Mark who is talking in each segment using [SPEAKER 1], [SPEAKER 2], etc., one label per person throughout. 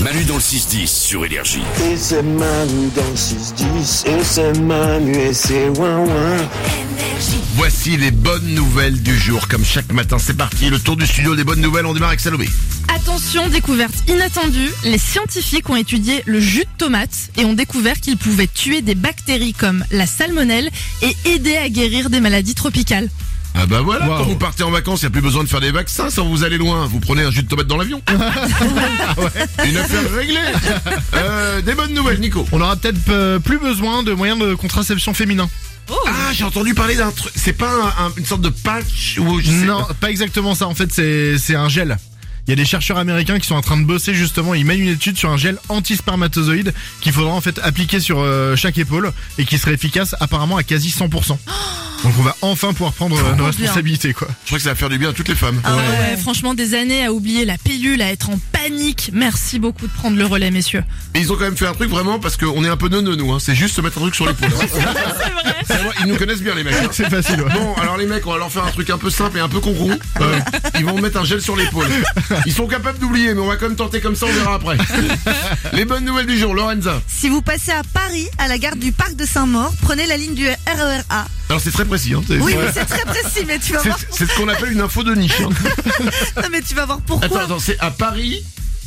[SPEAKER 1] Manu dans le 6-10 sur Énergie.
[SPEAKER 2] Et c'est Manu dans le 6-10, et c'est Manu et c'est ouin ouin.
[SPEAKER 3] Voici les bonnes nouvelles du jour. Comme chaque matin, c'est parti. Le tour du studio des bonnes nouvelles. On démarre avec Salomé.
[SPEAKER 4] Attention, découverte inattendue. Les scientifiques ont étudié le jus de tomate et ont découvert qu'il pouvait tuer des bactéries comme la salmonelle et aider à guérir des maladies tropicales.
[SPEAKER 3] Ah bah voilà,
[SPEAKER 5] Wow.
[SPEAKER 3] quand vous partez en vacances, il n'y a plus besoin de faire des vaccins sans vous aller loin. Vous prenez un jus de tomate dans l'avion. Ah ouais, Une affaire réglée. Euh, des bonnes nouvelles, Nico.
[SPEAKER 5] On aura peut-être euh, plus besoin de moyens de contraception féminin.
[SPEAKER 4] Oh.
[SPEAKER 3] Ah, j'ai entendu parler d'un truc. C'est pas un- un- une sorte de patch ou je sais
[SPEAKER 5] Non, pas exactement ça. En fait, c'est c'est un gel. Il y a des chercheurs américains qui sont en train de bosser justement. Ils mènent une étude sur un gel anti-spermatozoïde qu'il faudra en fait appliquer sur euh, chaque épaule et qui serait efficace apparemment à quasi 100%. Donc on va enfin pouvoir prendre euh, nos
[SPEAKER 4] bien.
[SPEAKER 5] responsabilités quoi.
[SPEAKER 3] Je crois que ça va faire du bien à toutes les femmes.
[SPEAKER 4] Ah ouais, franchement, des années à oublier la pilule, à être en panique. Merci beaucoup de prendre le relais, messieurs.
[SPEAKER 3] Et ils ont quand même fait un truc vraiment parce qu'on est un peu neuneux, nous. Hein. C'est juste se mettre un truc sur l'épaule. hein.
[SPEAKER 4] C'est vrai.
[SPEAKER 3] C'est vrai, Ils nous connaissent bien, les mecs. hein.
[SPEAKER 5] C'est facile. ouais.
[SPEAKER 3] Bon, alors les mecs, on va leur faire un truc un peu simple et un peu congrou. Euh, ils vont mettre un gel sur l'épaule. Ils sont capables d'oublier, mais on va quand même tenter comme ça, on verra après. Les bonnes nouvelles du jour, Lorenza.
[SPEAKER 6] Si vous passez à Paris, à la gare du Parc de Saint-Maur, prenez la ligne du RERA.
[SPEAKER 3] Alors c'est très précis, hein. C'est-
[SPEAKER 6] Oui, mais c'est très précis, mais tu vas
[SPEAKER 3] c'est-
[SPEAKER 6] voir,
[SPEAKER 3] C'est ce qu'on appelle une info de niche. hein.
[SPEAKER 6] non, mais tu vas voir
[SPEAKER 3] Attends,
[SPEAKER 6] pourquoi.
[SPEAKER 3] attends, c'est à Paris,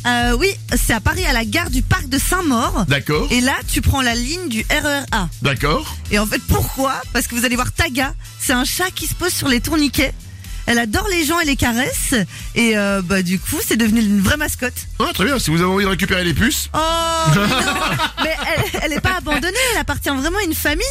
[SPEAKER 6] Euh, oui, c'est à Paris, à la gare du Parc de Saint-Maur.
[SPEAKER 3] d'accord,
[SPEAKER 6] Et là, tu prends la ligne du RERA.
[SPEAKER 3] d'accord.
[SPEAKER 6] Et en fait, pourquoi Parce que vous allez voir Taga, c'est un chat qui se pose sur les tourniquets. Elle adore les gens et les caresses. Et euh, bah, du coup, c'est devenu une vraie mascotte.
[SPEAKER 3] Ah, très bien, si vous avez envie de récupérer les puces,
[SPEAKER 6] Oh non Mais elle- elle n'est pas abandonnée, elle appartient vraiment à une famille.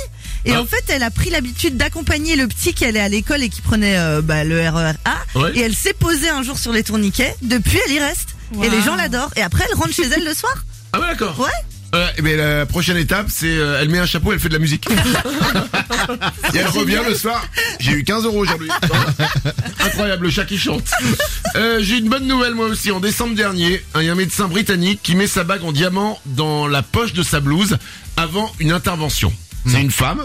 [SPEAKER 6] Et
[SPEAKER 3] Ah.
[SPEAKER 6] en fait, elle a pris l'habitude d'accompagner le petit qui allait à l'école et qui prenait euh, bah, le RERA.
[SPEAKER 3] Ouais.
[SPEAKER 6] Et elle s'est posée un jour sur les tourniquets. Depuis, elle y reste. Et
[SPEAKER 4] Wow.
[SPEAKER 6] les gens l'adorent. Et après, elle rentre chez elle le soir.
[SPEAKER 3] Ah ouais d'accord.
[SPEAKER 6] Ouais.
[SPEAKER 3] Euh, eh ben, la prochaine étape, c'est euh, elle met un chapeau, elle fait de la musique. Et elle revient le soir. J'ai eu 15 euros aujourd'hui. Incroyable, le chat qui chante. Euh, J'ai une bonne nouvelle moi aussi. En décembre dernier, hein, il y a un médecin britannique qui met sa bague en diamant dans la poche de sa blouse avant une intervention. C'est une femme.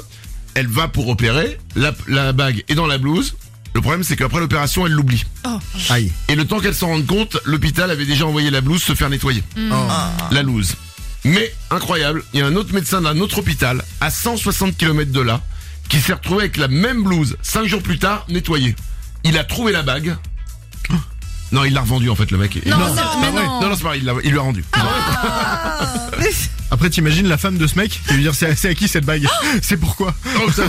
[SPEAKER 3] Elle va pour opérer. La, la bague est dans la blouse. Le problème, c'est qu'après l'opération, elle l'oublie.
[SPEAKER 5] Aïe.
[SPEAKER 3] Et le temps qu'elle s'en rende compte, l'hôpital avait déjà envoyé la blouse se faire nettoyer.
[SPEAKER 4] Mm. Ah.
[SPEAKER 3] La loose. Mais, incroyable, il y a un autre médecin d'un autre hôpital, à 160 km de là, qui s'est retrouvé avec la même blouse, 5 jours plus tard, nettoyée. Il a trouvé la bague. Non, il l'a revendue en fait, le mec.
[SPEAKER 4] Non,
[SPEAKER 3] c'est
[SPEAKER 4] non,
[SPEAKER 3] pas
[SPEAKER 4] mais
[SPEAKER 3] vrai.
[SPEAKER 4] non. Ah,
[SPEAKER 3] non, non, c'est pas vrai, il l'a- il lui a rendu.
[SPEAKER 5] Après t'imagines la femme de ce mec qui veut dire c'est c'est à qui cette bague C'est pourquoi
[SPEAKER 3] Oh, ça-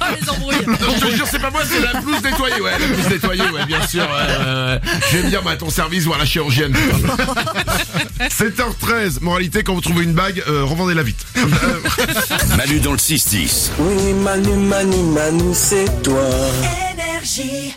[SPEAKER 4] Ah, les embrouilles.
[SPEAKER 3] Je te jure, c'est pas moi, c'est la blouse nettoyée. Ouais, la blouse nettoyée, ouais, bien sûr. euh, je vais me dire, bah, à ton service, voilà, chirurgienne. 7h13, moralité, quand vous trouvez une bague, euh, revendez-la vite.
[SPEAKER 1] Manu dans le 6-10.
[SPEAKER 2] Oui, Manu, Manu, Manu, c'est toi.
[SPEAKER 7] énergie.